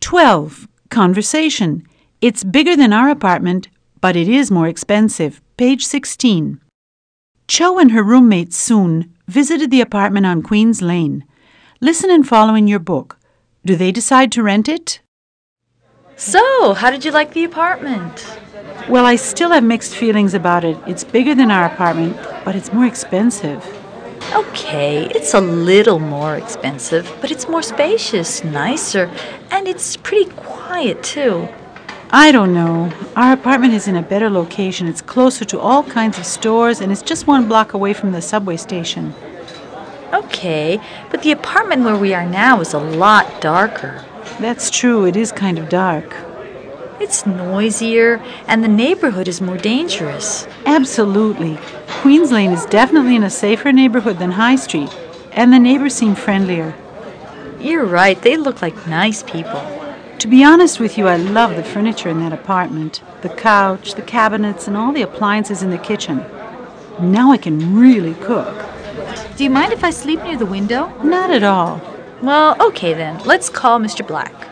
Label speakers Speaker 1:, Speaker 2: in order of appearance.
Speaker 1: 12. Conversation. It's bigger than our apartment, but it is more expensive. Page 16. Cho and her roommate Soon visited the apartment on Queen's Lane. Listen and follow in your book. Do they decide to rent it?
Speaker 2: So, how did you like the apartment?
Speaker 1: Well, I still have mixed feelings about it. It's bigger than our apartment, but it's more expensive.
Speaker 2: Okay, it's a little more expensive, but it's more spacious, nicer, and it's pretty quiet too.
Speaker 1: I don't know. Our apartment is in a better location. It's closer to all kinds of stores and it's just one block away from the subway station.
Speaker 2: Okay, but the apartment where we are now is a lot darker.
Speaker 1: That's true, it is kind of dark.
Speaker 2: It's noisier, and the neighborhood is more dangerous.
Speaker 1: Absolutely. Queens Lane is definitely in a safer neighborhood than High Street, and the neighbors seem friendlier.
Speaker 2: You're right, they look like nice people.
Speaker 1: To be honest with you, I love the furniture in that apartment the couch, the cabinets, and all the appliances in the kitchen. Now I can really cook.
Speaker 2: Do you mind if I sleep near the window?
Speaker 1: Not at all.
Speaker 2: Well, okay then. Let's call Mr. Black.